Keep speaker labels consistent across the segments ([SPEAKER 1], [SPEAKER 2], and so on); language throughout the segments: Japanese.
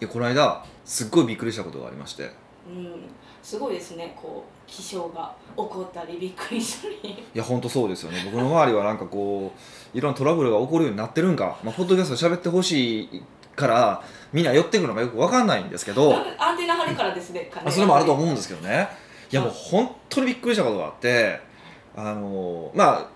[SPEAKER 1] いやこの間すっごいびっくりしたことがありまして
[SPEAKER 2] うん、すごいですねこう気象が起こったりびっくりしたり
[SPEAKER 1] いや本当そうですよね僕の周りはなんかこういろんなトラブルが起こるようになってるんか、まあ、ポッドキャストで喋ってほしいからみんな寄ってくるのがよく分かんないんですけど
[SPEAKER 2] アンテナ張るからですねか
[SPEAKER 1] まあ、それもあると思うんですけどねいやもう本当にびっくりしたことがあってあのまあ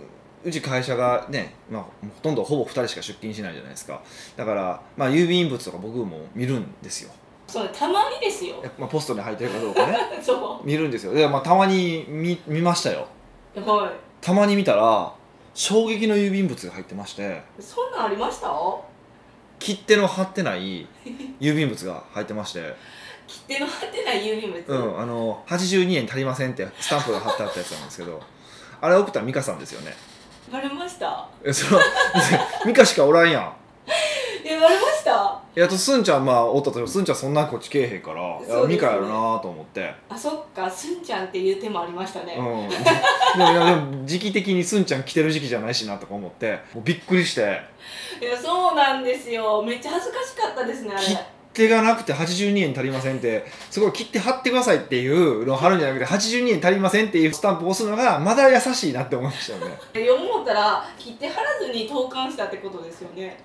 [SPEAKER 1] うち会社がね、まあ、ほとんどほぼ2人しか出勤しないじゃないですかだから、まあ、郵便物とか僕も見るんですよ、
[SPEAKER 2] そうたまにですよ
[SPEAKER 1] やっぱまあ、ポストに入ってるかどうかね
[SPEAKER 2] そ
[SPEAKER 1] 見るんですよで、まあ、たまに見見ましたよ
[SPEAKER 2] うは
[SPEAKER 1] たまに見たら衝撃の郵便物が入ってまして
[SPEAKER 2] いそんなんありました
[SPEAKER 1] 切手の貼ってない郵便物が入ってま して、
[SPEAKER 2] 切手の貼ってない郵便物、
[SPEAKER 1] うん、あの82円足りませんってスタンプが貼ってあったやつなんですけどあれ送ったら美香さんですよね
[SPEAKER 2] バレました
[SPEAKER 1] えその ミカしかおらんやん
[SPEAKER 2] えバレました
[SPEAKER 1] いやあとすんちゃんまあおったとしてもすんちゃんそんなこっちけえへんから、い
[SPEAKER 2] そうです
[SPEAKER 1] や
[SPEAKER 2] ね
[SPEAKER 1] ミカやろなと思って、
[SPEAKER 2] あそっかすんちゃんっていう手もありました
[SPEAKER 1] うん
[SPEAKER 2] ね、
[SPEAKER 1] でもいやでも時期的にすんちゃん着てる時期じゃないしなとか思ってもうびっくりして
[SPEAKER 2] いやそうなんですよめっちゃ恥ずかしかったですねあ
[SPEAKER 1] 切
[SPEAKER 2] れ
[SPEAKER 1] 手がなくて82円足りませんってすごい切手貼ってくださいっていうのを貼るんじゃなくて82円足りませんっていうスタンプを押すのがまだ優しいなって思いましたよね
[SPEAKER 2] 思ったら切手貼らずに投函したってことですよね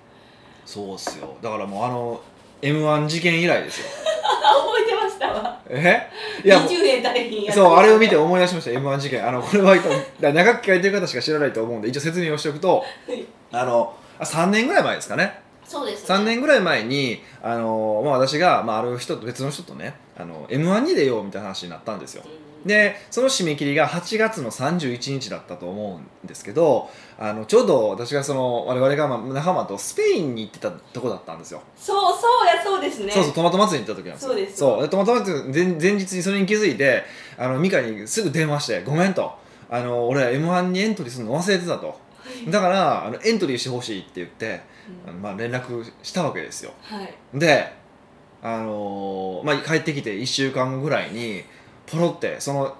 [SPEAKER 1] そうっすよだからもうあの m 1事件以来ですよ
[SPEAKER 2] 覚えてましたわ
[SPEAKER 1] えいやもう
[SPEAKER 2] 20円足りひんやつ
[SPEAKER 1] そうあれを見て思い出しました m 1事件あのこれは多分だから長く聞かれてる方しか知らないと思うんで一応説明をしておくと
[SPEAKER 2] はい
[SPEAKER 1] あのあ3年ぐらい前ですかね
[SPEAKER 2] そうです、ね、
[SPEAKER 1] 3年ぐらい前にあの、まあ、私が、まあ、ある人と別の人とねあの m 1に出ようみたいな話になったんですよ
[SPEAKER 2] うん
[SPEAKER 1] でその締め切りが8月の31日だったと思うんですけどあのちょうど私がその我々がまあ仲間とスペインに行ってたとこだったんですよ
[SPEAKER 2] そうそうやそうですね
[SPEAKER 1] そうそうトマト祭りに行った時なんですよ
[SPEAKER 2] そうです
[SPEAKER 1] そうトマト祭り前前日にそれに気づいてあのミカにすぐ電話して「ごめん」と「あの俺 m 1にエントリーするの忘れてた」と「だからあのエントリーしてほしい」って言ってあの、まあ、連絡したわけですよ
[SPEAKER 2] はい
[SPEAKER 1] であのーまあ、帰ってきて1週間後ぐらいにポロってその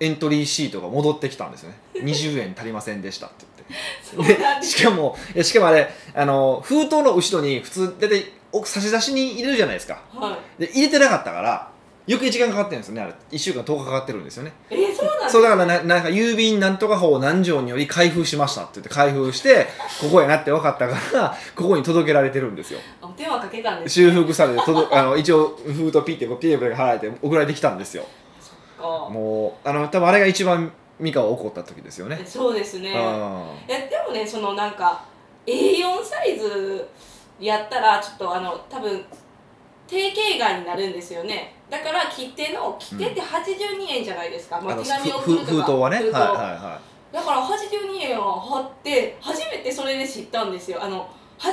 [SPEAKER 1] エントリーシートが戻ってきたんですよね「20円足りませんでした」って言って。
[SPEAKER 2] そう
[SPEAKER 1] で
[SPEAKER 2] なんです
[SPEAKER 1] しかもいやしかもあれあの封筒の後ろに普通大体お差し出しに入れるじゃないですか
[SPEAKER 2] は
[SPEAKER 1] で入れてなかったから余計時間かかってるんですよねあれ1週間10日かかってるんですよね
[SPEAKER 2] いえそうなんです
[SPEAKER 1] そうだからななんか郵便なんとか法何条により開封しましたって言って開封してここやなって分かったからここに届けられてるんですよ
[SPEAKER 2] あお電話かけたんです
[SPEAKER 1] 修復されて届あの一応封筒ピッてこうピーピー払えて送られてきたんですよ
[SPEAKER 2] か
[SPEAKER 1] もうあの多分あれが一番美香を怒った時ですよね
[SPEAKER 2] そうですね
[SPEAKER 1] ああ
[SPEAKER 2] いやでもねそのなんか A4 サイズやったらちょっとあの多分定型外になるんですよねだから切手の切手って82円じゃないですか、ま
[SPEAKER 1] あ
[SPEAKER 2] あ、
[SPEAKER 1] の
[SPEAKER 2] 手
[SPEAKER 1] ふ
[SPEAKER 2] 紙を送
[SPEAKER 1] ふ
[SPEAKER 2] るとか
[SPEAKER 1] 封筒はねはい
[SPEAKER 2] 封筒
[SPEAKER 1] はいはい
[SPEAKER 2] だから82円を貼って初めてそれで知ったんですよあの82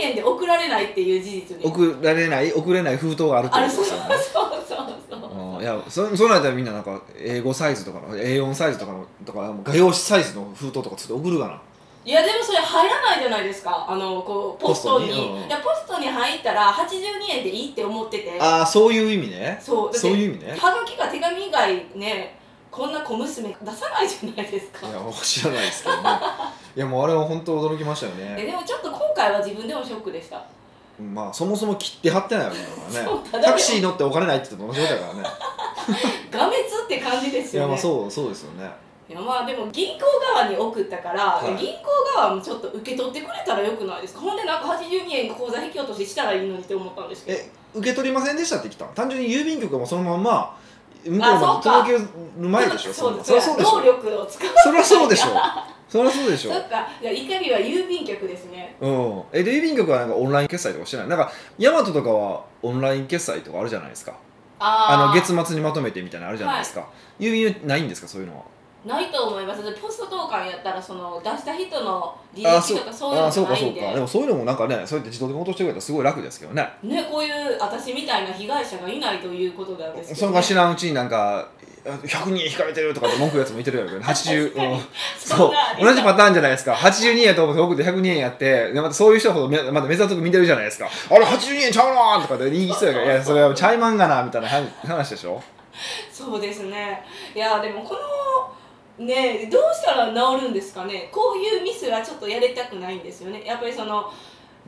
[SPEAKER 2] 円で送られないっていう事実に
[SPEAKER 1] 送られない送れない封筒があるって
[SPEAKER 2] あ
[SPEAKER 1] こと
[SPEAKER 2] れ
[SPEAKER 1] で
[SPEAKER 2] そう
[SPEAKER 1] す
[SPEAKER 2] そう
[SPEAKER 1] よね
[SPEAKER 2] そうそう
[SPEAKER 1] うんいやそそうなったらみんななんか A5 サイズとかの A4 サイズとかのとか画用紙サイズの封筒とかつって送るかない
[SPEAKER 2] やでもそれ入らないじゃないですかあのこうポストに
[SPEAKER 1] ポストにうん
[SPEAKER 2] いやポストに入ったら82円でいいって思ってて
[SPEAKER 1] ああそういう意味ね
[SPEAKER 2] そうだって
[SPEAKER 1] そういう意味ね
[SPEAKER 2] はがきが手紙以外ねこんな小娘出さないじゃないです
[SPEAKER 1] い
[SPEAKER 2] か
[SPEAKER 1] や知らないですけどねいやもうあれは本当驚きましたよ
[SPEAKER 2] え
[SPEAKER 1] ね
[SPEAKER 2] でもちょっと今回は自分でもショックでした
[SPEAKER 1] まあそもそも切って貼ってないわけだか
[SPEAKER 2] そうた
[SPEAKER 1] らね
[SPEAKER 2] だ
[SPEAKER 1] タクシー乗ってお金ないって言っても同じことだからね
[SPEAKER 2] がめつって感じです
[SPEAKER 1] いや
[SPEAKER 2] よ
[SPEAKER 1] まあ
[SPEAKER 2] ね
[SPEAKER 1] そうそうですよね
[SPEAKER 2] いやまあでも銀行側に送ったから、
[SPEAKER 1] い
[SPEAKER 2] 銀行側もちょっと受け取ってくれたらよくないですかほんでなんか82円口座引き落とししたらいいのにって思ったんですけど
[SPEAKER 1] え受け取りませんでしたって来たの単純に郵便局がもうそのまんま向こう
[SPEAKER 2] あそう
[SPEAKER 1] ま
[SPEAKER 2] か
[SPEAKER 1] で届ける前でしょ
[SPEAKER 2] そうです
[SPEAKER 1] そりゃそうでし
[SPEAKER 2] 労
[SPEAKER 1] ょ
[SPEAKER 2] 力を使う
[SPEAKER 1] そりゃそうでしょそ りゃそうでしょ
[SPEAKER 2] そっかじゃあ怒りは郵便局ですね
[SPEAKER 1] うん、えで郵便局はなんかオンライン決済とかしてないなんかヤマトとかはオンライン決済とかあるじゃないですかあの
[SPEAKER 2] あー
[SPEAKER 1] 月末にまとめてみたいなのあるじゃないですか、郵便はないんですかそういうのは
[SPEAKER 2] ないと思いますポスト投函やったらその出した人の履
[SPEAKER 1] あ
[SPEAKER 2] 歴とかそういう
[SPEAKER 1] あ
[SPEAKER 2] の
[SPEAKER 1] そ
[SPEAKER 2] じ
[SPEAKER 1] うか
[SPEAKER 2] ゃない
[SPEAKER 1] そうん
[SPEAKER 2] で
[SPEAKER 1] かでもそういうのもなんかねそうやって自動で落としてくれたらすごい楽ですけどね
[SPEAKER 2] ねこういう私みたいな被害者がいないということなんですけ
[SPEAKER 1] そ
[SPEAKER 2] ど、
[SPEAKER 1] の
[SPEAKER 2] ね、
[SPEAKER 1] か知らんうちになんかあ100人引かれてるとかって文句言うやつもいてるやろうけどね80、うん、
[SPEAKER 2] そ
[SPEAKER 1] そ
[SPEAKER 2] ん
[SPEAKER 1] う
[SPEAKER 2] な
[SPEAKER 1] 同じパターンじゃないですか82円やと思って僕で102円やってでまたそういう人ほどめまだ目ざとく見てるじゃないですか「あれ82円ちゃうな!」とかで言いそうやから「いやそれはちゃいまんがな」みたいな話話でしょ
[SPEAKER 2] そうですねいやでもこのねどうしたら治るんですかねこういうミスはちょっとやりたくないんですよねやっぱりその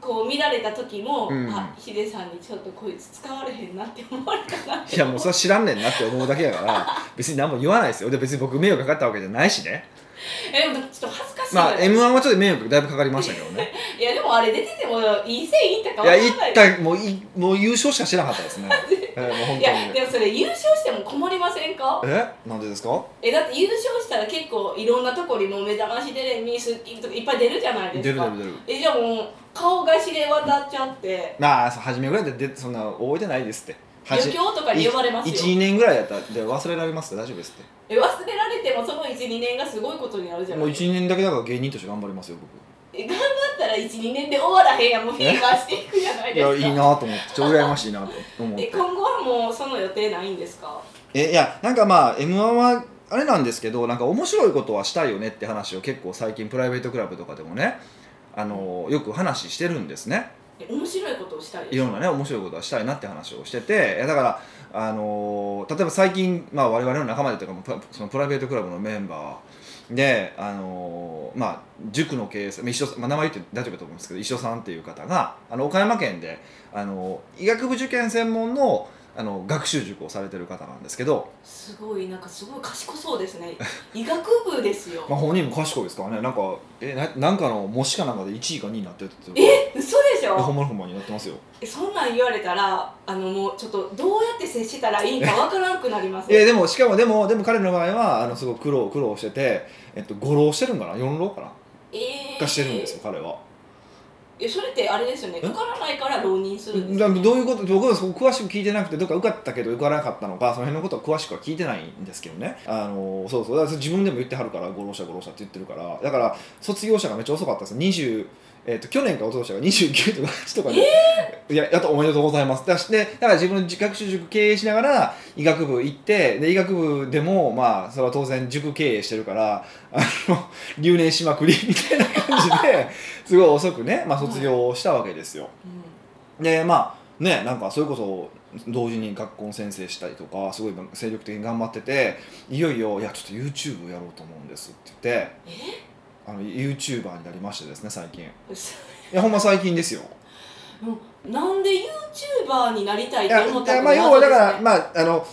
[SPEAKER 2] こう見られた時も、
[SPEAKER 1] うん
[SPEAKER 2] あヒデさんにちょっとこいつ使われへんなって思われたなって
[SPEAKER 1] いやもうそれは知らんねんなって思うだけやから別に何も言わないですよで別に僕迷惑かかったわけじゃないしね
[SPEAKER 2] えでもちょっと恥ずかしい
[SPEAKER 1] まあ
[SPEAKER 2] じゃない
[SPEAKER 1] m 1はちょっと迷惑だいぶかかりましたけどね
[SPEAKER 2] いやでもあれ出ててもいい線いったか
[SPEAKER 1] い
[SPEAKER 2] わ
[SPEAKER 1] や
[SPEAKER 2] からない
[SPEAKER 1] 一旦もういもう優勝しかしてなかったですね、えーもう本
[SPEAKER 2] い
[SPEAKER 1] 当
[SPEAKER 2] や
[SPEAKER 1] に
[SPEAKER 2] でもそれ優勝しても困りませんか
[SPEAKER 1] えなんでですか
[SPEAKER 2] えだって優勝したら結構いろんなとこにも目覚ましテレビ『スッキリ』とかいっぱい出るじゃない
[SPEAKER 1] 出る出
[SPEAKER 2] です
[SPEAKER 1] る
[SPEAKER 2] か
[SPEAKER 1] 出る
[SPEAKER 2] えじゃあもう顔が知れ渡っちゃって
[SPEAKER 1] まあそう初めぐらいででそんな覚えてないですっては
[SPEAKER 2] 余
[SPEAKER 1] じ
[SPEAKER 2] 興とかに呼ばれますよ
[SPEAKER 1] 12年ぐらいやったらで忘れられます大丈夫ですっ
[SPEAKER 2] え忘れられてもその12年がすごいことになるじ
[SPEAKER 1] て
[SPEAKER 2] ゃな
[SPEAKER 1] もう
[SPEAKER 2] いですか
[SPEAKER 1] 12年だけだから芸人として頑張りますよ僕
[SPEAKER 2] え頑張ったら12年で終わらへんやんもうフィーバーしていくじゃない
[SPEAKER 1] い
[SPEAKER 2] です
[SPEAKER 1] や
[SPEAKER 2] か
[SPEAKER 1] いいなと思ってちょっと羨ましいなと思っ
[SPEAKER 2] え
[SPEAKER 1] て
[SPEAKER 2] 今後はもうその予定ないんですか
[SPEAKER 1] えいやなんかまあ m 1はあれなんですけどなんか面白いことはしたいよねって話を結構最近プライベートクラブとかでもねあのよく話してるんですね
[SPEAKER 2] え面白いことをしたい
[SPEAKER 1] い
[SPEAKER 2] です
[SPEAKER 1] ろんなね面白いことはしたいなって話をしてていやだから、あのー例えば最近、まあ、我々の仲間でというかもうプラそのプライベートクラブのメンバーで、あのーまあ、塾の経営者、まあ、石戸さんまあ、名前言って大丈夫だと思うんですけど石戸さんっていう方があの岡山県で、あの医学部受験専門のあの学習塾をされてる方なんですけど、
[SPEAKER 2] すごいなんかすごい賢そうです ね医学部ですよ
[SPEAKER 1] まあ、本人も賢いですからねなんかえななんかの模試かなんかで1位か2位になってるってい
[SPEAKER 2] え嘘でし
[SPEAKER 1] やほ
[SPEAKER 2] ょ
[SPEAKER 1] んまにほんまになってますよ
[SPEAKER 2] えそんなん言われたらあのもうちょっとどうやって接したらいいかわからんくなります
[SPEAKER 1] いやでもしかもでもでも彼の場合はあのすごい苦労苦労してて、えっと、5浪してるんかな4浪かな
[SPEAKER 2] えー
[SPEAKER 1] がしてるんですよ彼は。
[SPEAKER 2] いやそれってあれですよね
[SPEAKER 1] え
[SPEAKER 2] 受からないから浪人するんです
[SPEAKER 1] だどういうこと僕はそこ詳しく聞いてなくてどっか受かったけど受からなかったのかその辺のことは詳しくは聞いてないんですけどねあのそうそうだから自分でも言ってはるから五浪者五浪者って言ってるからだから卒業者がめっちゃ遅かったです20、えっと去年か一昨年か29とか8とかで、いややっとおめでとうございますだしでだから自分の学習塾経営しながら医学部行ってで医学部でもまあそれは当然塾経営してるからあの 留年しまくりみたいな感じですごい遅くね、まあ、卒業したわけですよ。
[SPEAKER 2] う
[SPEAKER 1] でまあねなんかそれこそ同時に学校の先生したりとかすごい精力的に頑張ってていよいよ「いやちょっと YouTube やろうと思うんです」って言ってあの YouTuber になりましてですね最近い
[SPEAKER 2] んそ
[SPEAKER 1] やほんま最近ですよ
[SPEAKER 2] なんで YouTuber になりたい
[SPEAKER 1] い
[SPEAKER 2] って
[SPEAKER 1] や
[SPEAKER 2] 思っ
[SPEAKER 1] い
[SPEAKER 2] た
[SPEAKER 1] や
[SPEAKER 2] の
[SPEAKER 1] まあ要はだから
[SPEAKER 2] ま
[SPEAKER 1] まああの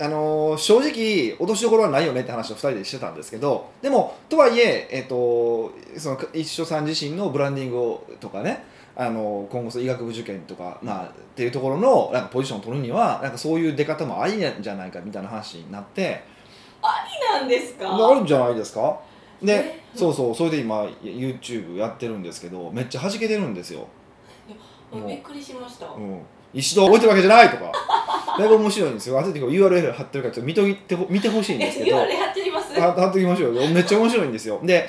[SPEAKER 1] あのー正直落としどころはないよねって話を2人でしてたんですけどでもとはいええっとその一緒さん自身のブランディングをとかねあのー今後その医学部受験とか、まあ、っていうところのなんかポジションを取るにはなんかそういう出方もありなんじゃないかみたいな話になって
[SPEAKER 2] あなんですか
[SPEAKER 1] あるんじゃないですかで
[SPEAKER 2] え
[SPEAKER 1] そうそうそれで今 YouTube やってるんですけどめっちゃ弾けてるんですよ。もう
[SPEAKER 2] びっくりしました、
[SPEAKER 1] うん、一度置いてるわけじゃないとか だいぶ面白いんですよ後で URL 貼ってるからちょっと見といてほ見てほしいん
[SPEAKER 2] え
[SPEAKER 1] ですけ
[SPEAKER 2] 言
[SPEAKER 1] ど
[SPEAKER 2] わ
[SPEAKER 1] は
[SPEAKER 2] れやってます
[SPEAKER 1] 貼っときましょうよめっちゃ面白いんですよで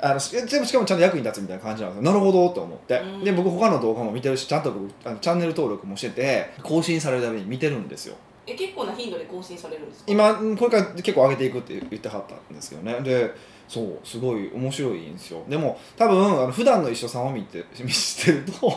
[SPEAKER 1] あのしでもしかもちゃんと役に立つみたいな感じなんですよなるほどと思って、
[SPEAKER 2] うん
[SPEAKER 1] で僕他の動画も見てるしちゃんと僕あのチャンネル登録もしてて更新されるたびに見てるんですよ
[SPEAKER 2] え結構な頻度で更新されるんですか
[SPEAKER 1] 今うんこれから結構上げていくって言ってはったんですけどねでそうすごい面白いんですよでも多分あの普段の一緒さんを見て 見してると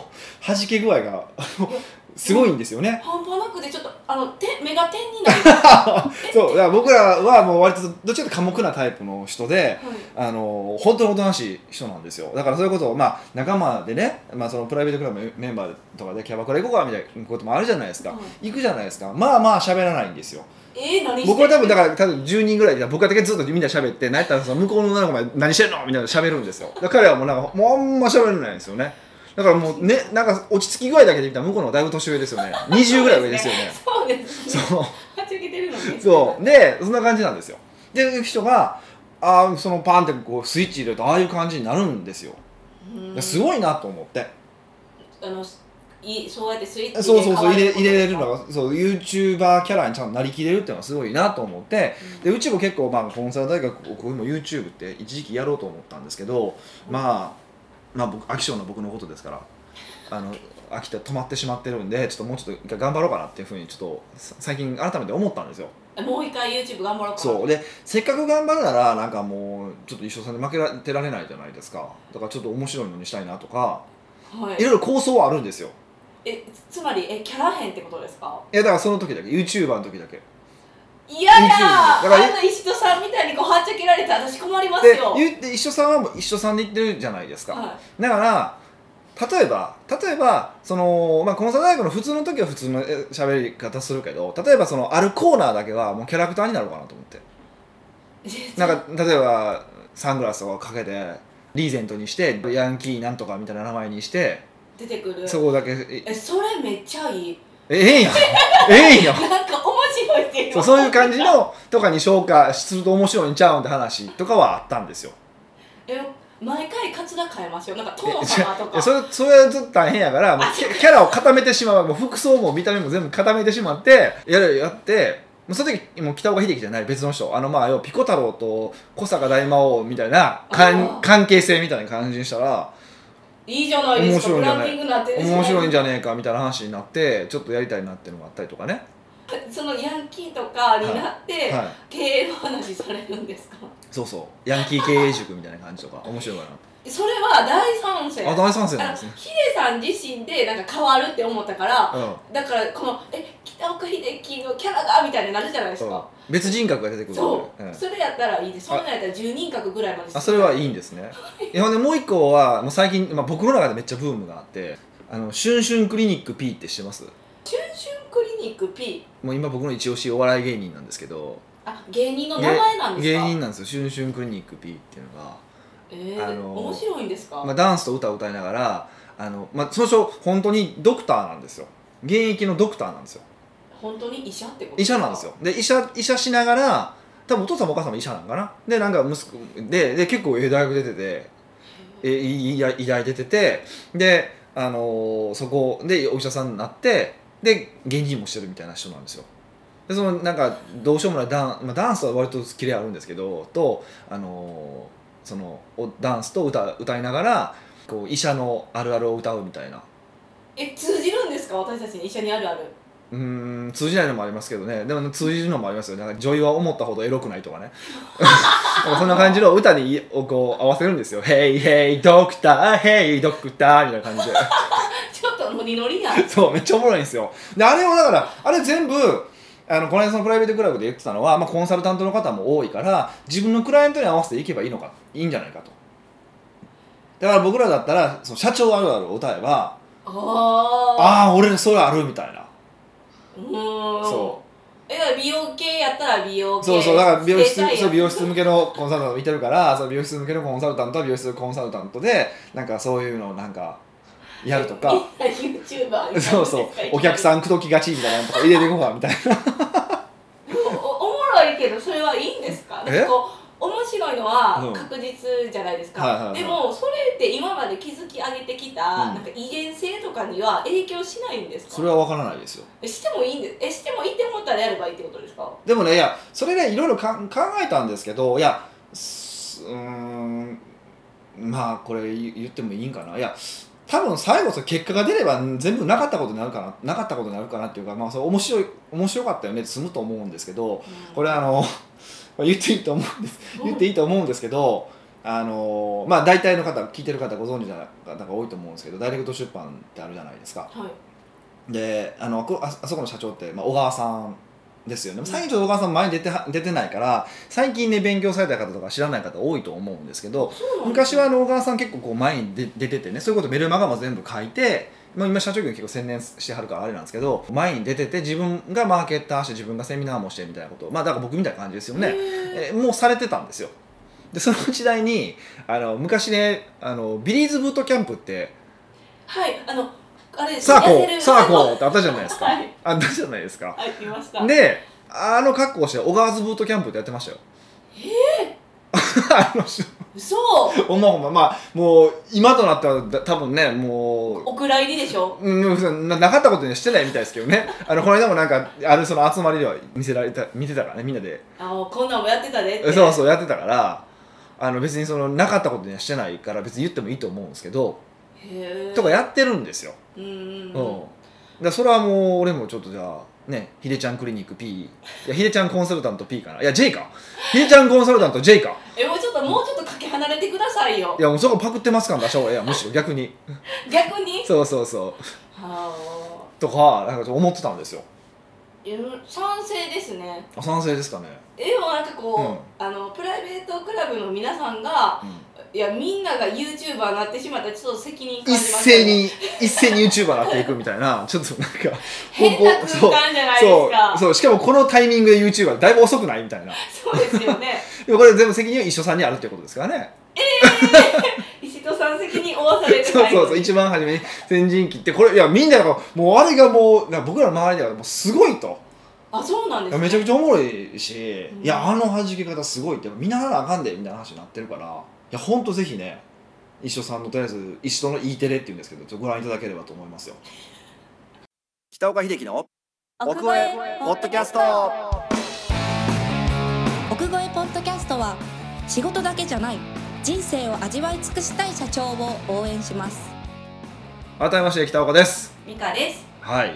[SPEAKER 1] 弾け具合があのすごいんですよね
[SPEAKER 2] 半端なくでちょっとあのて目が点になります、は
[SPEAKER 1] そうだから僕らはもう割とどっちかというと寡黙なタイプの人で。 あの本当におとなしい人なんですよだからそういうことを、まあ、仲間でね、まあ、そのプライベートクラブのメンバーとかでキャバクラ行こうかみたいなこともあるじゃないですか、
[SPEAKER 2] は
[SPEAKER 1] 行くじゃないですかまあまあ喋らないんですよ
[SPEAKER 2] い、えー、何して
[SPEAKER 1] 僕は多分だから多分10人ぐらいで僕だけずっとみんな喋って何やったらその向こうの女の子まで何してんのみたいなの喋るんですよだから彼はもうなんかもうあんま喋れないんですよねだからもうねなんか落ち着き具合だけで見たら向こうの方がだいぶ年上ですよね20ぐらい上ですよね
[SPEAKER 2] そうですね
[SPEAKER 1] そう
[SPEAKER 2] はちゃけてるのね
[SPEAKER 1] そうでそんな感じなんですよで人があーそのパンってこうスイッチ入れるとああいう感じになるんですよ、
[SPEAKER 2] う
[SPEAKER 1] い
[SPEAKER 2] ん
[SPEAKER 1] やすごいなと思って
[SPEAKER 2] あのいそうやってスイッチで
[SPEAKER 1] そうそうそう入れ入れれる
[SPEAKER 2] 変わ
[SPEAKER 1] の
[SPEAKER 2] こと
[SPEAKER 1] がそう YouTuber キャラにちゃんとなりきれるっていうのがすごいなと思ってでうちも結構まあコンサル大学僕も YouTube って一時期やろうと思ったんですけど、まあまあ僕飽き性の僕のことですからあの飽きて止まってしまってるんでちょっともうちょっと一回頑張ろうかなっていうふうにちょっとさ最近改めて思ったんですよ
[SPEAKER 2] うんもう一回 YouTube 頑張ろうか
[SPEAKER 1] そうでせっかく頑張るならなんかもうちょっと一生さんに負けらてられないじゃないですかだからちょっと面白いのにしたいなとか
[SPEAKER 2] はい
[SPEAKER 1] いろいろ構想はあるんですよ
[SPEAKER 2] えつまりえキャラ編ってことですか
[SPEAKER 1] いやだからその時だけ YouTuber の時だけ
[SPEAKER 2] いやいや
[SPEAKER 1] だから
[SPEAKER 2] あの石戸さんみたいにこうはっちゃけられて私困ります
[SPEAKER 1] で
[SPEAKER 2] よ
[SPEAKER 1] 言って一緒さんはもう一緒さんで言ってるじゃないですか、
[SPEAKER 2] は
[SPEAKER 1] だから例えば例えばその、まあ、コンサート大学の普通の時は普通のえ喋り方するけど例えばそのあるコーナーだけはもうキャラクターになろうかなと思ってなんか例えばサングラスとかをかけてリーゼントにしてヤンキーなんとかみたいな名前にして
[SPEAKER 2] 出てくる
[SPEAKER 1] そこだけえ
[SPEAKER 2] えそれめっちゃいい
[SPEAKER 1] えええんやんええんやん
[SPEAKER 2] なんか面白いっていう
[SPEAKER 1] そうそういう感じのとかに消化すると面白いんちゃうんって話とかはあったんですよ
[SPEAKER 2] え毎回カツラ変えますよなんか殿様と
[SPEAKER 1] いや
[SPEAKER 2] か
[SPEAKER 1] それそれはずっと大変やからもう
[SPEAKER 2] あ
[SPEAKER 1] キャキャラを固めてしまうもう服装も見た目も全部固めてしまってやるやってもうその時もう北岡秀樹じゃない別の人あのまあ要はピコ太郎と小坂大魔王みたいなか
[SPEAKER 2] あー
[SPEAKER 1] ん関係性みたいな感じにしたら
[SPEAKER 2] いいじゃないですか
[SPEAKER 1] 面白い
[SPEAKER 2] ブ
[SPEAKER 1] んじゃ
[SPEAKER 2] ラ
[SPEAKER 1] ない
[SPEAKER 2] ンディングなってるし
[SPEAKER 1] 面白いんじゃねえかみたいな話になってちょっとやりたいなっていうのがあったりとかね、
[SPEAKER 2] そのヤンキーとかになって、
[SPEAKER 1] はい、
[SPEAKER 2] 経営の話されるんですか
[SPEAKER 1] そうそうヤンキー経営塾みたいな感じとか面白いか
[SPEAKER 2] それは大賛成
[SPEAKER 1] なあ大賛成
[SPEAKER 2] あ
[SPEAKER 1] なん
[SPEAKER 2] の
[SPEAKER 1] ですね、
[SPEAKER 2] ヒデさん自身でなんか変わるって思ったから、
[SPEAKER 1] うん
[SPEAKER 2] だからこの「え北岡秀樹のキャラが」みたいになるじゃないです
[SPEAKER 1] そう
[SPEAKER 2] か、
[SPEAKER 1] 別人格が出てくる
[SPEAKER 2] そう、
[SPEAKER 1] んで
[SPEAKER 2] それやったらいいですそんなんやったら10人格ぐらいまで
[SPEAKER 1] あそれはい
[SPEAKER 2] い
[SPEAKER 1] いんですねいやほんでもう一個はもう最近、まあ、僕の中でめっちゃブームがあって「あのシュンシュンクリニック P」って知ってます
[SPEAKER 2] シュンクリニック P
[SPEAKER 1] もう今僕の一押しお笑い芸人なんですけど
[SPEAKER 2] あ芸人の名前なんです
[SPEAKER 1] 芸
[SPEAKER 2] か
[SPEAKER 1] 人なんですよ「シュンシュンクリニック P」っていうのが、
[SPEAKER 2] えー
[SPEAKER 1] あのー
[SPEAKER 2] 面白いんですか、
[SPEAKER 1] まあ、ダンスと歌を歌いながらあの、まあ、その人本当にドクターなんですよ現役のドクターなんですよ
[SPEAKER 2] 本当に医者ってこと
[SPEAKER 1] 医者なんですよで医者医者しながら多分お父さんもお母さんも医者なんかなでなんか息子でで結構ええ大学出ててえいいや医大出ててで、あのーそこでお医者さんになってで芸人もしてるみたいな人なんですよでそのなんかどうしようもないダン,、まあ、ダンスは割とキレあるんですけどと、あのーそのおダンスと歌歌いながらこう医者のあるあるを歌うみたいな
[SPEAKER 2] え通じるんですか私たちに医者にあるあ る
[SPEAKER 1] うーん通じないのもありますけどねでも通じるのもありますよなんか女優は思ったほどエロくないとかね なんかそんな感じの歌にをこう合わせるんですよ「ヘイヘイドクターヘイドクター」みたいな感じで。
[SPEAKER 2] ちょっとノリノリやん
[SPEAKER 1] そうめっちゃおもろいんですよであれをだからあれ全部あのこの間そのプライベートクラブで言ってたのは、まあ、コンサルタントの方も多いから自分のクライアントに合わせていけばいいのかいいんじゃないかとだから僕らだったらその社長あるあるを歌えば
[SPEAKER 2] ああ
[SPEAKER 1] ああー俺それあるみたいな
[SPEAKER 2] うーん
[SPEAKER 1] そう
[SPEAKER 2] えだから美容系やったら美容系
[SPEAKER 1] そうそうだから美容室
[SPEAKER 2] 整体や
[SPEAKER 1] そう美容室向けのコンサルタント見てるからそう美容室向けのコンサルタントは美容室コンサルタントでなんかそういうのをなんかやるとか
[SPEAKER 2] YouTuber
[SPEAKER 1] そう そうお客さ
[SPEAKER 2] ん
[SPEAKER 1] ん口説きがちみたいなのとか入れていこうかみたいな
[SPEAKER 2] おおもろいけどそれはいいんですか
[SPEAKER 1] え
[SPEAKER 2] なんかこう面白いの
[SPEAKER 1] う
[SPEAKER 2] は
[SPEAKER 1] ん
[SPEAKER 2] 確実じゃないですか、
[SPEAKER 1] はいはいはい
[SPEAKER 2] でもそれって今まで築き上げてきた、
[SPEAKER 1] うん
[SPEAKER 2] なんか威厳性とかには影響しないんですか
[SPEAKER 1] それは分からないですよ
[SPEAKER 2] えしてもいいんですえしてもいいって思ったらやればいいってことですか
[SPEAKER 1] でもねいやそれねいろいろかん考えたんですけどいやすうーんまあこれ言言ってもいいんかないや多分最後その結果が出ればん全部なかったことになるかななかったことになるかなっていうかまあそれ面白い面白かったよねって済むと思うんですけどこれあの 言っていいと思うん です言っていいと思うんですけどあのまあ大体の方聞いてる方ご存知の方が多いと思うんですけどダイレクト出版ってあるじゃないですか
[SPEAKER 2] はい
[SPEAKER 1] であのこああそこの社長って、まあ、小川さんですよね最近ちょっと小川さん前に出ては出てないから最近ね勉強された方とか知らない方多いと思うんですけど
[SPEAKER 2] そうなんです
[SPEAKER 1] 昔はあの小川さん結構こう前に出出ててねそういうことメルマガも全部書いて、まあ、今社長業に結構専念してはるからあれなんですけど前に出てて自分がマーケッターして自分がセミナーもしてみたいなことまあだから僕みたいな感じですよね。
[SPEAKER 2] へー
[SPEAKER 1] えーもうされてたんですよでその時代にあの昔ねあのビリーズブートキャンプって
[SPEAKER 2] はいあのあれです
[SPEAKER 1] サーコ
[SPEAKER 2] 痩せ
[SPEAKER 1] ー
[SPEAKER 2] る
[SPEAKER 1] サーコーってあったじゃないですか、
[SPEAKER 2] はい
[SPEAKER 1] あったじゃないですか
[SPEAKER 2] はい見ました
[SPEAKER 1] であの格好をして小川津ブートキャンプってやってましたよええ あの人
[SPEAKER 2] 嘘
[SPEAKER 1] ほんまほんままあもう今となってはだ多分ねもう
[SPEAKER 2] お蔵入りでしょ
[SPEAKER 1] うん、ななかったことにはしてないみたいですけど ねあのこの間もなんかあるその集まりでは見せられた見てたからねみんなで
[SPEAKER 2] あこんなんもやってたでって
[SPEAKER 1] そう
[SPEAKER 2] う
[SPEAKER 1] そうやってたからあの別にそのなかったことにはしてないから別に言ってもいいと思うんですけど
[SPEAKER 2] へー
[SPEAKER 1] とかやってるんですよ、
[SPEAKER 2] うんうん
[SPEAKER 1] うん
[SPEAKER 2] う
[SPEAKER 1] だから
[SPEAKER 2] ん
[SPEAKER 1] それはもう俺もちょっとじゃあねひでちゃんクリニック P いやひでちゃんコンサルタント P かないや J かひでちゃんコンサルタント J か
[SPEAKER 2] えもうちょっともうちょっとかけ離れてくださいよ
[SPEAKER 1] いやもうそこパクってますから出した方がいいやむしろ逆に
[SPEAKER 2] 逆に
[SPEAKER 1] そうそうそう
[SPEAKER 2] はあ
[SPEAKER 1] とかなんかちょっと思ってたんですよ
[SPEAKER 2] いや賛成ですね
[SPEAKER 1] あ賛成ですかね
[SPEAKER 2] でもなんかこう、
[SPEAKER 1] うん
[SPEAKER 2] あのプライベートクラブの皆さんが
[SPEAKER 1] うん
[SPEAKER 2] いやみんなが YouTuber になってしまったらちょっと責任感
[SPEAKER 1] 一
[SPEAKER 2] じますよ
[SPEAKER 1] 斉に一斉に YouTuber になっていくみたいな ちょっとなんか
[SPEAKER 2] 変な空間じゃないです
[SPEAKER 1] そう
[SPEAKER 2] か
[SPEAKER 1] そうしかもこのタイミングで YouTuber だいぶ遅くないみたいな
[SPEAKER 2] そうですよね
[SPEAKER 1] でもこれ全部責任は一緒さんにあるってことですからね
[SPEAKER 2] 石戸さん責任負わされて
[SPEAKER 1] そう
[SPEAKER 2] 最
[SPEAKER 1] そう
[SPEAKER 2] 後
[SPEAKER 1] そう
[SPEAKER 2] に
[SPEAKER 1] 一番初めに先陣切ってこれいやみんながもうあれがもうなんか僕らの周りではもうすごいと
[SPEAKER 2] あそうな
[SPEAKER 1] い
[SPEAKER 2] んで
[SPEAKER 1] や
[SPEAKER 2] すね
[SPEAKER 1] めちゃくちゃおもろいし、
[SPEAKER 2] うん
[SPEAKER 1] いやあの弾け方すごいって見習わなあかんでみたいな話になってるからいやほんとぜひね一緒さんのとりあえず一緒の E テレっていうんですけどちょっとご覧いただければと思いますよ北岡秀樹の奥越えポッドキャスト
[SPEAKER 3] 奥越えポッドキャストは仕事だけじゃない人生を味わい尽くしたい社長を応援します
[SPEAKER 1] 改めまして北岡です
[SPEAKER 2] ミカです
[SPEAKER 1] はい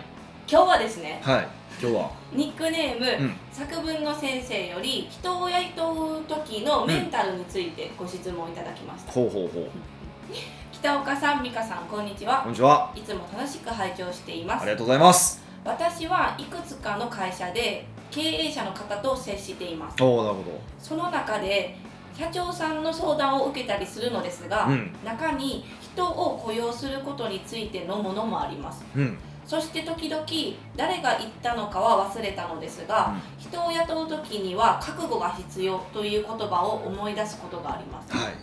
[SPEAKER 2] 今日はですね
[SPEAKER 1] はい今日は
[SPEAKER 2] ニックネーム、
[SPEAKER 1] うん
[SPEAKER 2] 作文の先生より人を焼いとう時のメンタルについてご質問いただきました、
[SPEAKER 1] ほうほうほう
[SPEAKER 2] 北岡さん美香さんこんにち
[SPEAKER 1] こ
[SPEAKER 2] は
[SPEAKER 1] んにちはい
[SPEAKER 2] つも楽しく拝聴していま
[SPEAKER 1] あ
[SPEAKER 2] す
[SPEAKER 1] りがとうございます
[SPEAKER 2] 私はいくつかの会社で経営者の方と接しています
[SPEAKER 1] おおなるほ
[SPEAKER 2] その中で社長さんの相談を受けたりするのですが、
[SPEAKER 1] どうん
[SPEAKER 2] 中に人を雇用することについてのものもあります
[SPEAKER 1] うん
[SPEAKER 2] そして時々誰が言ったのかは忘れたのですが、人を雇う時には覚悟が必要という言葉を思い出すことがあります、
[SPEAKER 1] はい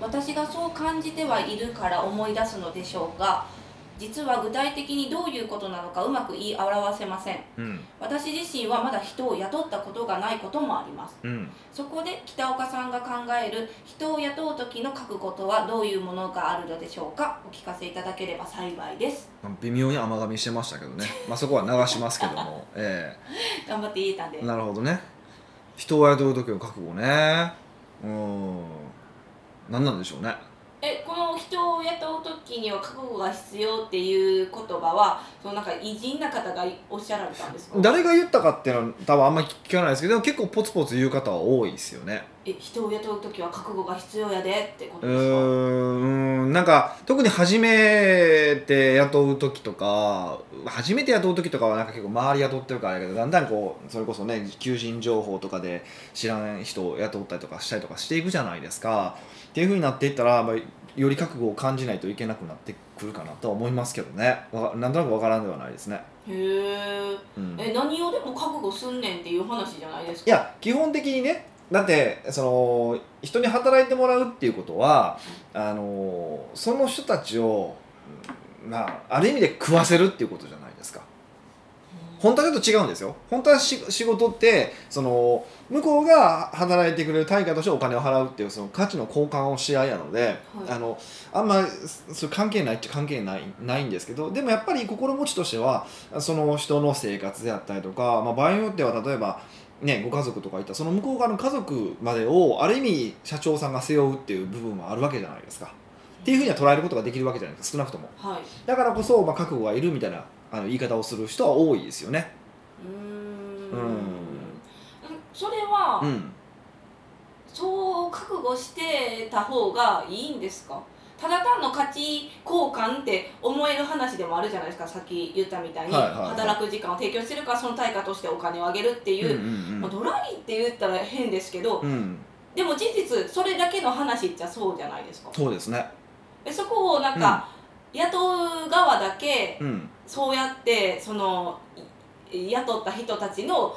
[SPEAKER 2] 私がそう感じてはいるから思い出すのでしょうが実は具体的にどういうことなのかうまく言い表せません
[SPEAKER 1] うん
[SPEAKER 2] 私自身はまだ人を雇ったことがないこともあります
[SPEAKER 1] うん
[SPEAKER 2] そこで北岡さんが考える人を雇う時の覚悟とはどういうものがあるのでしょうかお聞かせいただければ幸いです
[SPEAKER 1] 微妙に甘噛みしてましたけどね、まあ、そこは流しますけどもえ
[SPEAKER 2] 頑張って言えたんで
[SPEAKER 1] えなるほどね人を雇う時の覚悟ねうん何なんでしょうね
[SPEAKER 2] えこの人を雇う時には覚悟が必要っていう言葉はそのなんか偉人な方がおっしゃられたんですか
[SPEAKER 1] 誰が言ったかっていうのは多分あんまり聞かないですけどでも結構ポツポツ言う方は多いですよね
[SPEAKER 2] え人を雇う時は覚悟が必要やでってこ
[SPEAKER 1] う
[SPEAKER 2] とですか、
[SPEAKER 1] ーんなんか特に初めて雇う時とか初めて雇う時とかはなんか結構周り雇ってるからあれやけどだんだんこうそれこそね求人情報とかで知らん人を雇ったりとかしたりとかしていくじゃないですかっていうふうになっていったら、まあ、より覚悟を感じないといけなくなってくるかなとは思いますけどねわかなんとなくわからんではないですね。
[SPEAKER 2] へえ
[SPEAKER 1] うん
[SPEAKER 2] え何をでも覚悟すんねんっていう話じゃないです
[SPEAKER 1] い
[SPEAKER 2] か
[SPEAKER 1] や基本的にねだってその人に働いてもらうっていうことはあのその人たちを、うんまあ、ある意味で食わせるっていうことじゃないですか本当はちょっと違うんですよ本当はし仕事ってその向こうが働いてくれる対価としてお金を払うっていうその価値の交換をし合いなので、あのあんまそそれ関係ないっちゃ関係ないないんですけどでもやっぱり心持ちとしてはその人の生活であったりとか、まあ、場合によっては例えば、ね、ご家族とかいたらその向こう側の家族までをある意味社長さんが背負うっていう部分はあるわけじゃないですか。っていうふうには捉えることができるわけじゃないですか少なくとも。
[SPEAKER 2] はい
[SPEAKER 1] だからこそ、まあ、覚悟がいるみたいなあの言い方をする人は多いですよね。
[SPEAKER 2] うーん
[SPEAKER 1] うん
[SPEAKER 2] それは、
[SPEAKER 1] うん、
[SPEAKER 2] そう覚悟してた方がいいんですかただ単の価値交換って思える話でもあるじゃないですかさっき言ったみたいに、
[SPEAKER 1] はいはいはい
[SPEAKER 2] 働く時間を提供してるからその対価としてお金をあげるって
[SPEAKER 1] う
[SPEAKER 2] い
[SPEAKER 1] んう
[SPEAKER 2] う、まあ、
[SPEAKER 1] ん
[SPEAKER 2] ドライって言ったら変ですけど、
[SPEAKER 1] うんうん、
[SPEAKER 2] でも事実それだけの話っちゃそうじゃないですか
[SPEAKER 1] そうですね。
[SPEAKER 2] でそこをなんか、雇う側だけ
[SPEAKER 1] うん
[SPEAKER 2] そうやってそのい雇った人たちの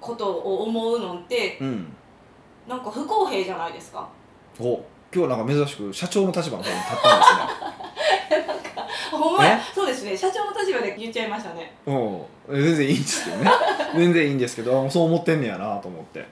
[SPEAKER 2] ことを思うのって
[SPEAKER 1] うん、
[SPEAKER 2] なんか不公平じゃないですか
[SPEAKER 1] お今日はなんか珍しく社長の立場の方に立ったんですね。
[SPEAKER 2] ほんまや
[SPEAKER 1] え
[SPEAKER 2] そうですね社長の立場で言っちゃいましたね
[SPEAKER 1] うん、全然いいんですけどね 全然いいんですけどそう思ってんねやなと思って、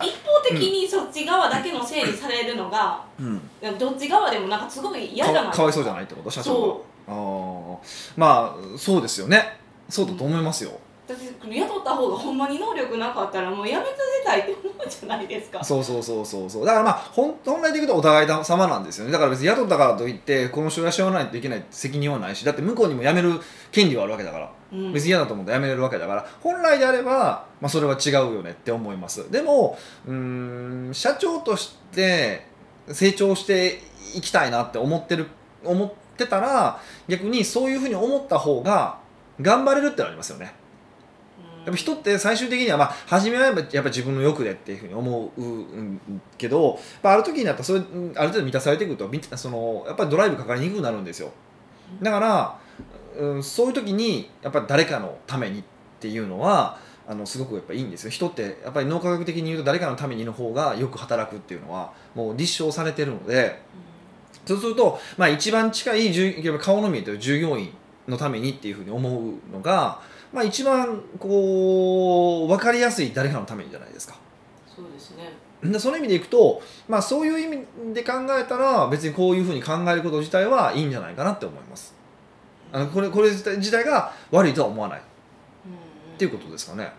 [SPEAKER 2] 一方的にそっち側だけの整理されるのが、
[SPEAKER 1] うん、
[SPEAKER 2] どっち側でもなんかすごい嫌
[SPEAKER 1] か
[SPEAKER 2] じゃな
[SPEAKER 1] わ
[SPEAKER 2] いです
[SPEAKER 1] かわいそうじゃないってこと社長があーまあそうですよねそうだと思いますよ、
[SPEAKER 2] だって雇った方がほんまに能力なかったらもうやめさせたいって思うじゃないですか
[SPEAKER 1] そうそうそうそうそうだからまあ本本来でいくとお互い様なんですよねだから別に雇ったからといってこの人がしょうないといけない責任はないしだって向こうにも辞める権利はあるわけだから
[SPEAKER 2] うん
[SPEAKER 1] 別に嫌だと思ってやめれるわけだから本来であれば、まあ、それは違うよねって思いますでもうーん社長として成長していきたいなって思ってる思ってたら逆にそういうふうに思った方が頑張れるってのありますよね
[SPEAKER 2] うん
[SPEAKER 1] やっぱ人って最終的には、まあ、初めはやっぱやっぱ自分の欲でっていうふうに思ううんけど、まあ、ある時になったらそれうんある程度満たされてくるとみそのやっぱりドライブかかりにくくなるんですよだから、うん、そういう時にやっぱり誰かのためにっていうのはあのすごくやっぱいいんですよ人ってやっぱり脳科学的に言うと誰かのためにの方がよく働くっていうのはもう立証されてるのでそうすると、まあ、一番近い従やっぱ顔の見えてる従業員のためにっていうふうに思うのが、まあ、一番こう分かりやすい誰かのためにじゃないですか。
[SPEAKER 2] そうですね
[SPEAKER 1] でその意味でいくと、まあ、そういう意味で考えたら別にこういうふうに考えること自体はいいんじゃないかなって思います。あのこれこれ自体自体が悪いとは思わないっ
[SPEAKER 2] うん
[SPEAKER 1] ていうことですかね。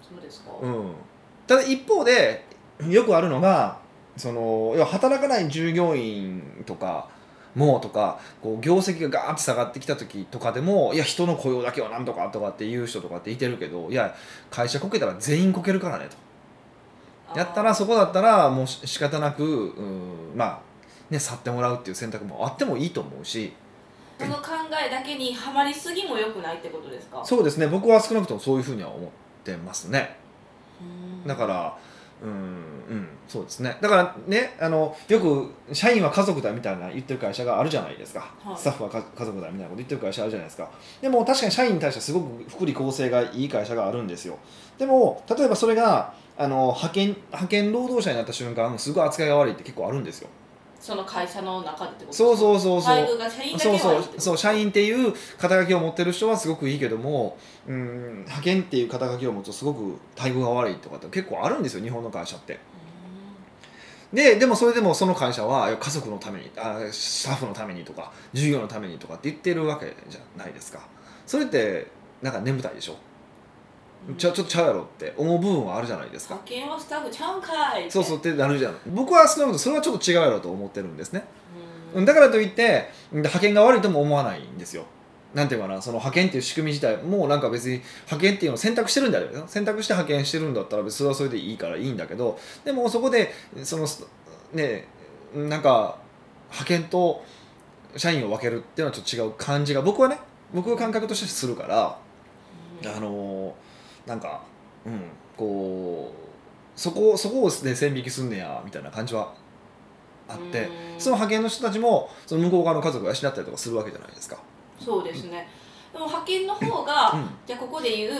[SPEAKER 2] そうですか、
[SPEAKER 1] うん、ただ一方でよくあるのがその要は働かない従業員とかもうとかこう業績がガーッと下がってきた時とかでもいや人の雇用だけはなんとかとかっていう人とかっていてるけどいや会社こけたら全員こけるからねとやったら
[SPEAKER 2] あー
[SPEAKER 1] そこだったらもうし仕方なくうんまあね去ってもらうっていう選択もあってもいいと思うし
[SPEAKER 2] その考えだけにはまりすぎも良くないってことですか
[SPEAKER 1] そうですね僕は少なくともそういうふうには思ってますね。
[SPEAKER 2] うん
[SPEAKER 1] だからうん、うん、そうですねだからねあのよく社員は家族だみたいな言ってる会社があるじゃないですか、
[SPEAKER 2] はい
[SPEAKER 1] スタッフは家家族だみたいなこと言ってる会社あるじゃないですかでも確かに社員に対してすごく福利厚生がいい会社があるんですよでも例えばそれがあの派遣派遣労働者になった瞬間すごい扱いが悪いって結構あるんですよ
[SPEAKER 2] その会社の中でってことですか
[SPEAKER 1] そうそうそうそう
[SPEAKER 2] 待遇が社員だけ
[SPEAKER 1] そう
[SPEAKER 2] は
[SPEAKER 1] そ
[SPEAKER 2] いういってこと
[SPEAKER 1] そう社員っていう肩書きを持ってる人はすごくいいけどもうん派遣っていう肩書きを持つとすごく待遇が悪いとかって結構あるんですよ日本の会社ってででもそれでもその会社は家族のためにあスタッフのためにとか授業のためにとかって言ってるわけじゃないですかそれってなんか眠たいでしょ、
[SPEAKER 2] うん
[SPEAKER 1] ちゃちょっとちゃうやろって思う部分はあるじゃないですか
[SPEAKER 2] 派遣はスタッフちゃうんかいって
[SPEAKER 1] そうそうってなるじゃん僕は少なくともそれはちょっと違うやろと思ってるんですね
[SPEAKER 2] うん
[SPEAKER 1] だからといって派遣が悪いとも思わないんですよなんていうかなその派遣っていう仕組み自体もなんか別に派遣っていうのを選択してるんだよ選択して派遣してるんだったら別にそれはそれでいいからいいんだけどでもそこでそのねなんか派遣と社員を分けるっていうのはちょっと違う感じが僕はね僕の感覚としてするから、
[SPEAKER 2] うん
[SPEAKER 1] あのなんかうんこうそこそこを、ね、線引きすんねやみたいな感じはあって。
[SPEAKER 2] うん
[SPEAKER 1] その派遣の人たちもその向こう側の家族が養ったりとかするわけじゃないですか。
[SPEAKER 2] そうですねでも派遣の方が、
[SPEAKER 1] うん
[SPEAKER 2] じゃあここで言う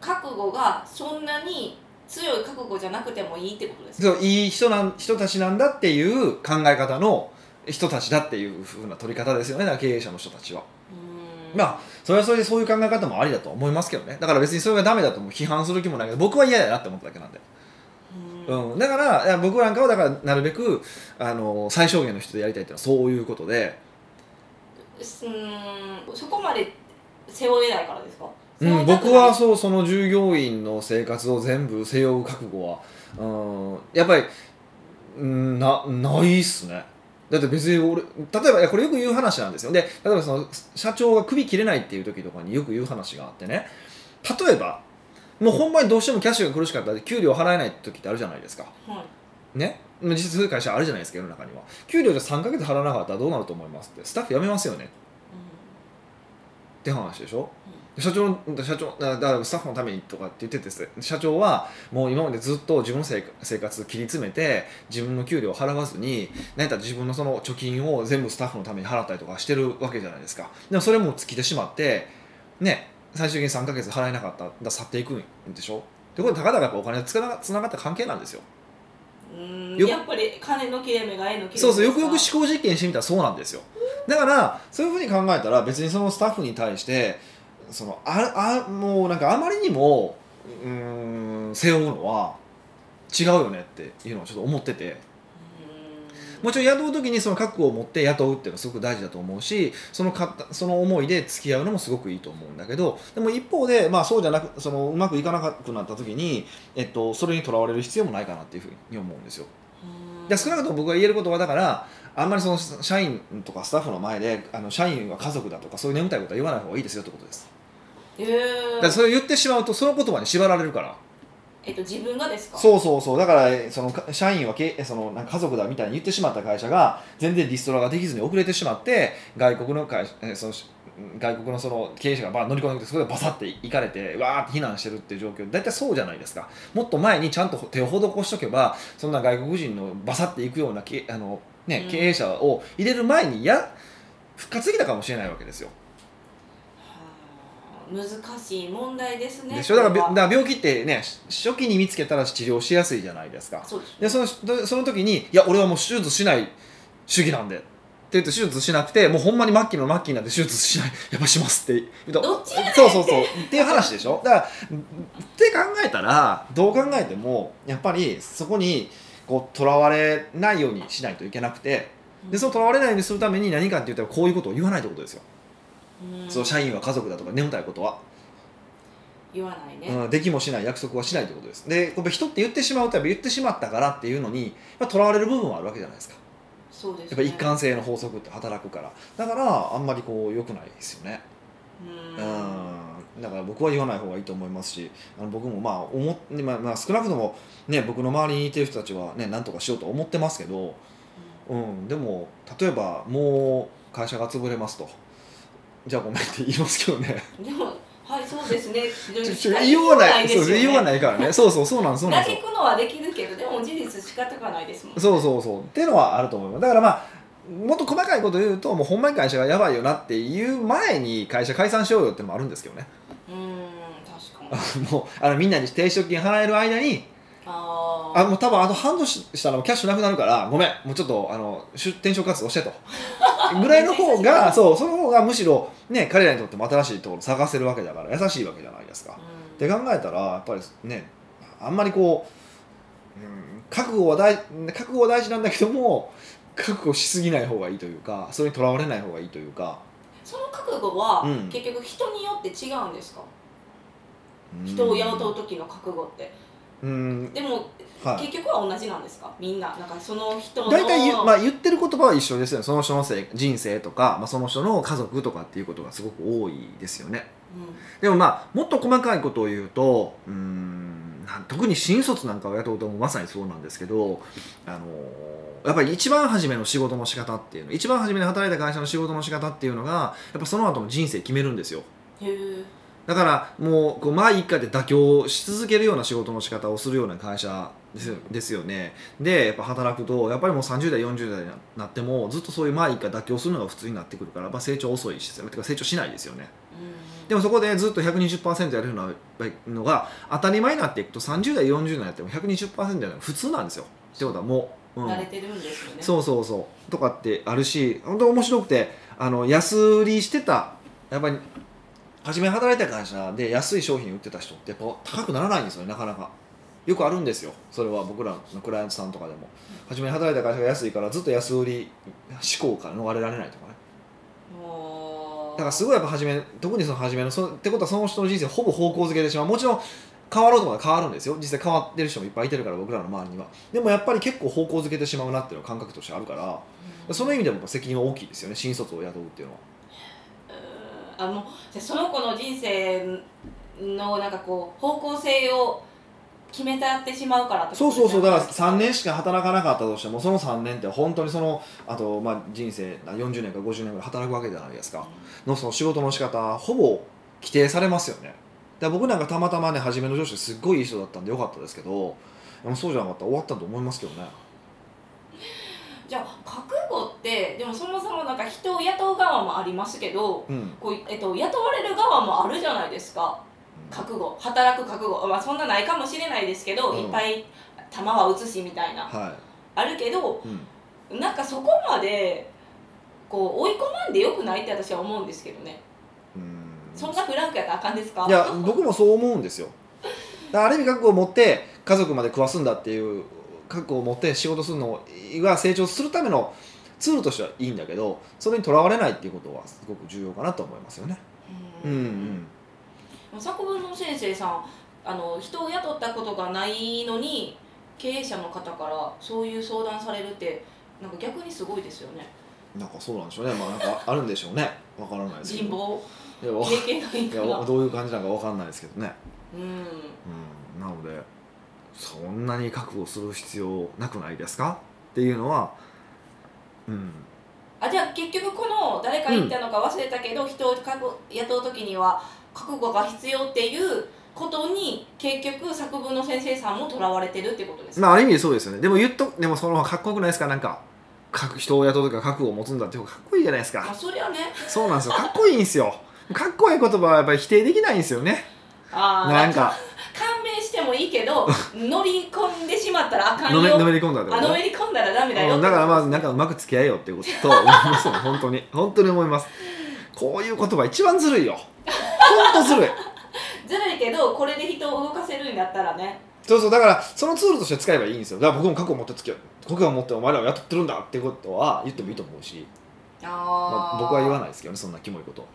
[SPEAKER 2] 覚悟がそんなに強い覚悟じゃなくてもいいってことですか
[SPEAKER 1] そういい人なん人たちなんだっていう考え方の人たちだっていう風な取り方ですよねだから経営者の人たちは。
[SPEAKER 2] うーん
[SPEAKER 1] まあそれはそれでそういう考え方もありだとは思いますけどねだから別にそれがダメだとも批判する気もないけど僕は嫌だなって思っただけなんで、
[SPEAKER 2] うん
[SPEAKER 1] うん、だからいや僕なんかはだからなるべくあの最小限の人でやりたいっていうのはそういうことで
[SPEAKER 2] すーんそこまで背負えないからですか、
[SPEAKER 1] うん、
[SPEAKER 2] 背負いたく
[SPEAKER 1] 僕
[SPEAKER 2] ない
[SPEAKER 1] はそうその従業員の生活を全部背負う覚悟は、うん、やっぱり、うん、なないっすねだって別に俺例えばいやこれよく言う話なんですよで例えばその社長が首切れないっていう時とかによく言う話があってね例えばもうほんまにどうしてもキャッシュが苦しかったら給料払えない時ってあるじゃないですか
[SPEAKER 2] はい
[SPEAKER 1] ね実質そういう会社あるじゃないですか世の中には給料じゃ3ヶ月払わなかったらどうなると思いますってスタッフ辞めますよねって話でしょ、社長の社長だだからスタッフのためにとかって言ってて社長はもう今までずっと自分の生生活を切り詰めて自分の給料を払わずに何だったら自分のその貯金を全部スタッフのために払ったりとかしてるわけじゃないですかでもそれも尽きてしまってね最終的に3ヶ月払えなかったら去っていくんでしょということでたかだかやっぱお金がつながつながった関係なんですよ
[SPEAKER 2] うん、う
[SPEAKER 1] よ
[SPEAKER 2] んやっぱり金の切れ目が絵の切れ目ですか
[SPEAKER 1] そうそうよくよく思考実験してみたらそうなんですよだからそういうふうに考えたら別にそのスタッフに対してそのああもうなんかあまりにもうーん背負うのは違うよねっていうのをちょっと思ってて
[SPEAKER 2] うん
[SPEAKER 1] もちろん雇う時にその覚悟を持って雇うっていうのはすごく大事だと思うしそのかその思いで付き合うのもすごくいいと思うんだけどでも一方で、まあ、そうじゃなくそのうまくいかなくなった時に、えっと、それにとらわれる必要もないかなっていうふうに思うんですよ。
[SPEAKER 2] うん
[SPEAKER 1] で少なくとも僕が言えることはだからあんまりその社員とかスタッフの前であの社員は家族だとかそういう眠たいことは言わない方がいいですよってことです
[SPEAKER 2] え
[SPEAKER 1] だ
[SPEAKER 2] ー
[SPEAKER 1] からそれを言ってしまうとその言葉に縛られるから
[SPEAKER 2] えっと自分がですか
[SPEAKER 1] そうそうそうだからえそのか社員はけそのなんか家族だみたいに言ってしまった会社が全然リストラができずに遅れてしまって外国の会社えそのし外国のその経営者がバー乗り込んできてそこでバサって行かれてわーって避難してるっていう状況大体そうじゃないですかもっと前にちゃんと手を施しとけばそんな外国人のバサって行くようなけあの、ね
[SPEAKER 2] うん
[SPEAKER 1] 経営者を入れる前にや復活できたかもしれないわけですよ、
[SPEAKER 2] はあ難しい問題ですね
[SPEAKER 1] でしょだから
[SPEAKER 2] これ
[SPEAKER 1] びだ
[SPEAKER 2] は
[SPEAKER 1] から病気ってねし初期に見つけたら治療しやすいじゃないですか
[SPEAKER 2] そうです
[SPEAKER 1] でそのその時に「いや俺はもう手術しない主義なんで」って言って手術しなくてもうほんまに末期の末期になって手術しない やっぱしますって言うと
[SPEAKER 2] どっちやねん
[SPEAKER 1] そうそうそうっていう話でしょだからって考えたらどう考えてもやっぱりそこにこうとらわれないようにしないといけなくてでそのとらわれないようにするために何かって言ったらこういうことを言わないってことですよ、
[SPEAKER 2] うん
[SPEAKER 1] その社員は家族だとか眠たいことは、
[SPEAKER 2] 言わないね、
[SPEAKER 1] うん、できもしない約束はしないってことですでこれ人って言ってしまうとやっぱ言ってしまったからっていうのにとらわれる部分はあるわけじゃないですか
[SPEAKER 2] そうです、
[SPEAKER 1] やっ
[SPEAKER 2] ね、
[SPEAKER 1] ぱ一貫性の法則って働くからだからあんまりこう良くないですよね
[SPEAKER 2] うん
[SPEAKER 1] うんだから僕は言わない方がいいと思いますしあの僕もまあ思っ、ねまあ、まあ少なくともね僕の周りにいてる人たちはね何とかしようと思ってますけど、うん、でも例えばもう会社が潰れますとじゃあごめんって言いますけどね
[SPEAKER 2] でもはいそうですね非常に
[SPEAKER 1] ちょ言わない
[SPEAKER 2] ですよ
[SPEAKER 1] そう
[SPEAKER 2] ね
[SPEAKER 1] 言わないからねそうそうそうなんですそうなん
[SPEAKER 2] 嘆
[SPEAKER 1] ですよ
[SPEAKER 2] くのはできるけどでも事実仕方がないですもん
[SPEAKER 1] そうそうそうっていうのはあると思いますだからまあもっと細かいこと言うともうほんまに会社がやばいよなっていう前に会社解散しようよってのもあるんですけどね
[SPEAKER 2] うん確 かに
[SPEAKER 1] もうあのみんなに定職金払える間に
[SPEAKER 2] あ
[SPEAKER 1] あもう多分あと半年したらもうキャッシュなくなるからごめんもうちょっとあの出転職活動してとぐらいの方がそうその方がむしろね彼らにとっても新しいところ探せるわけだから優しいわけじゃないですか
[SPEAKER 2] あ
[SPEAKER 1] って考えたらやっぱりねあんまりこう、うん、覚悟は大覚悟は大事なんだけども覚悟しすぎない方がいいというかそれにとらわれない方がいいというか、
[SPEAKER 2] その覚悟は、
[SPEAKER 1] うん
[SPEAKER 2] 結局人によって違うんですか人を雇う時の覚悟って
[SPEAKER 1] うん、
[SPEAKER 2] でも、
[SPEAKER 1] はい、
[SPEAKER 2] 結局は同じなんですかみんななんかその人の
[SPEAKER 1] 大体言,、まあ、言ってる言葉は一緒ですよねその人のせい人生とか、まあ、その人の家族とかっていうことがすごく多いですよね
[SPEAKER 2] う
[SPEAKER 1] でもまあもっと細かいことを言うとうんなん特に新卒なんかを雇うともまさにそうなんですけど、あのーやっぱり一番初めの仕事の仕方っていうの一番初めに働いた会社の仕事の仕方っていうのがやっぱその後の人生決めるんですよ
[SPEAKER 2] ん、へえ
[SPEAKER 1] だからもうこうまあいいかで妥協し続けるような仕事の仕方をするような会社ですよですよねでやっぱ働くとやっぱりもう30代40代になってもずっとそういうまあいいか妥協するのが普通になってくるから、まあ、成長遅いし、てか成長しないですよねで
[SPEAKER 2] も
[SPEAKER 1] もそこでずっと120%やるののが当たり前になっていくと30代40代になっても120%やるのが普通なんですよってことはもう、うん
[SPEAKER 2] 慣れてるんですよね
[SPEAKER 1] そうそうそうとかってあるし本当面白くてあの安売りしてたやっぱり初め働いた会社で安い商品売ってた人ってやっぱ高くならないんですよねなかなか。よくあるんですよそれは僕らのクライアントさんとかでも初めに働いた会社が安いからずっと安売り思考から逃れられないとかね
[SPEAKER 2] もう
[SPEAKER 1] だからすごいやっぱ初め特にその初めのそのってことはその人の人生をほぼ方向づけてしまうもちろん変わろうと思ったら変わるんですよ実際変わってる人もいっぱいいてるから僕らの周りにはでもやっぱり結構方向づけてしまうなっていうのは感覚としてあるから
[SPEAKER 2] うん
[SPEAKER 1] その意味でもやっぱ責任は大きいですよね新卒を雇うっていうのは
[SPEAKER 2] あもうじゃあその子の人生のなんかこう方向性を決めたってしまうからってこと
[SPEAKER 1] そうそうそう
[SPEAKER 2] です
[SPEAKER 1] だから3
[SPEAKER 2] ね
[SPEAKER 1] 年しか働かなかったとしてもその3年って本当にそのあとまあ人生な40年か50年ぐらい働くわけじゃないですかのその仕事の仕方ほぼ規定されますよねだから僕なんかたまたまね初めの上司すっごいいい人だったんでよかったですけどでもそうじゃなかったら終わったと思いますけどね
[SPEAKER 2] じゃあ覚悟ってでもそもそもなんか人を雇う側もありますけど
[SPEAKER 1] うん
[SPEAKER 2] こう、えっと、雇われる側もあるじゃないですか覚悟働く覚悟、まあ、そんなないかもしれないですけど、
[SPEAKER 1] うん
[SPEAKER 2] いっぱい球は打つしみたいな
[SPEAKER 1] は
[SPEAKER 2] あるけど
[SPEAKER 1] い、うん、
[SPEAKER 2] なんかそこまでこう追い込まんでよくないって私は思うんですけどね
[SPEAKER 1] うん
[SPEAKER 2] そんなフランクやったらあかんですか
[SPEAKER 1] いや僕もそう思うんですよだからある意味覚悟を持って家族まで食わすんだっていう覚悟を持って仕事するのが成長するためのツールとしてはいいんだけどそれにとらわれないっていうことはすごく重要かなと思いますよね
[SPEAKER 2] う
[SPEAKER 1] うんん
[SPEAKER 2] う
[SPEAKER 1] うんん
[SPEAKER 2] 作文の先生さんあの人を雇ったことがないのに経営者の方からそういう相談されるってなんか逆にすごいですよね
[SPEAKER 1] なんかそうなんでしょうねまあなんかあるんでしょうねわからないですけ
[SPEAKER 2] 人
[SPEAKER 1] ど
[SPEAKER 2] 望
[SPEAKER 1] いやわ
[SPEAKER 2] 経験ない
[SPEAKER 1] い
[SPEAKER 2] か
[SPEAKER 1] や
[SPEAKER 2] ら
[SPEAKER 1] わどういう感じなのかわかんないですけどね
[SPEAKER 2] うん
[SPEAKER 1] うん、なのでそんなに覚悟する必要なくないですかっていうのは、うん、
[SPEAKER 2] あじゃあ結局この誰か言ったのか忘れたけど、人をかこ雇う時には覚悟が必要っていうことに結局作文の先生さんもとらわれてるってことですか、
[SPEAKER 1] まあある意味そうですよねでも言っとでもその方がかっこよくないですかなんかかく人を雇うとか覚悟を持つんだって方がかっこいいじゃないです
[SPEAKER 2] まあ
[SPEAKER 1] か
[SPEAKER 2] それは ね
[SPEAKER 1] そうなんですよかっこいいんですよかっこいい言葉はやっぱり否定できないんですよね
[SPEAKER 2] あー
[SPEAKER 1] なんか
[SPEAKER 2] 勘弁してもいいけ ど乗り込んでしまったらあかん
[SPEAKER 1] のめ
[SPEAKER 2] よ
[SPEAKER 1] のめり込んだってこ
[SPEAKER 2] あ
[SPEAKER 1] と
[SPEAKER 2] のめり込んだらダメだよ
[SPEAKER 1] うんだからまあなんかうまく付き合えよっていうことと思いますよ本当に本当に思いますこういう言葉一番ずるいよ本当ずるい
[SPEAKER 2] ずるいけどこれで人を動かせるんだったらね
[SPEAKER 1] そうそうだからそのツールとして使えばいいんですよだから僕も過去を持って付き合う僕が持ってお前らを雇ってるんだっていうことは言ってもいいと思うし、
[SPEAKER 2] あ、
[SPEAKER 1] まあ、僕は言わ
[SPEAKER 2] ない
[SPEAKER 1] ないですけどねそんなキモいこと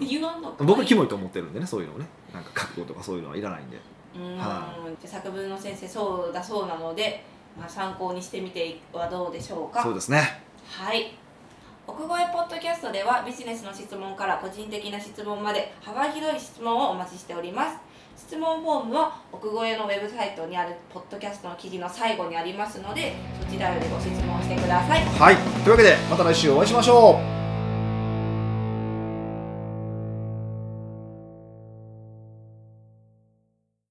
[SPEAKER 2] うん言わんのか
[SPEAKER 1] 僕はキモいと思ってるんでねそういうのをねなんか覚悟とかそういうのはいらないんで
[SPEAKER 2] うん
[SPEAKER 1] は
[SPEAKER 2] 作文の先生そうだそうなので、まあ、参考にしてみてはどうでしょうか
[SPEAKER 1] そうですね
[SPEAKER 2] はい奥越ポッドキャストではビジネスの質問から個人的な質問まで幅広い質問をお待ちしております質問フォームは奥越のウェブサイトにあるポッドキャストの記事の最後にありますのでそちらよりご質問してください
[SPEAKER 1] はいというわけでまた来週お会いしましょう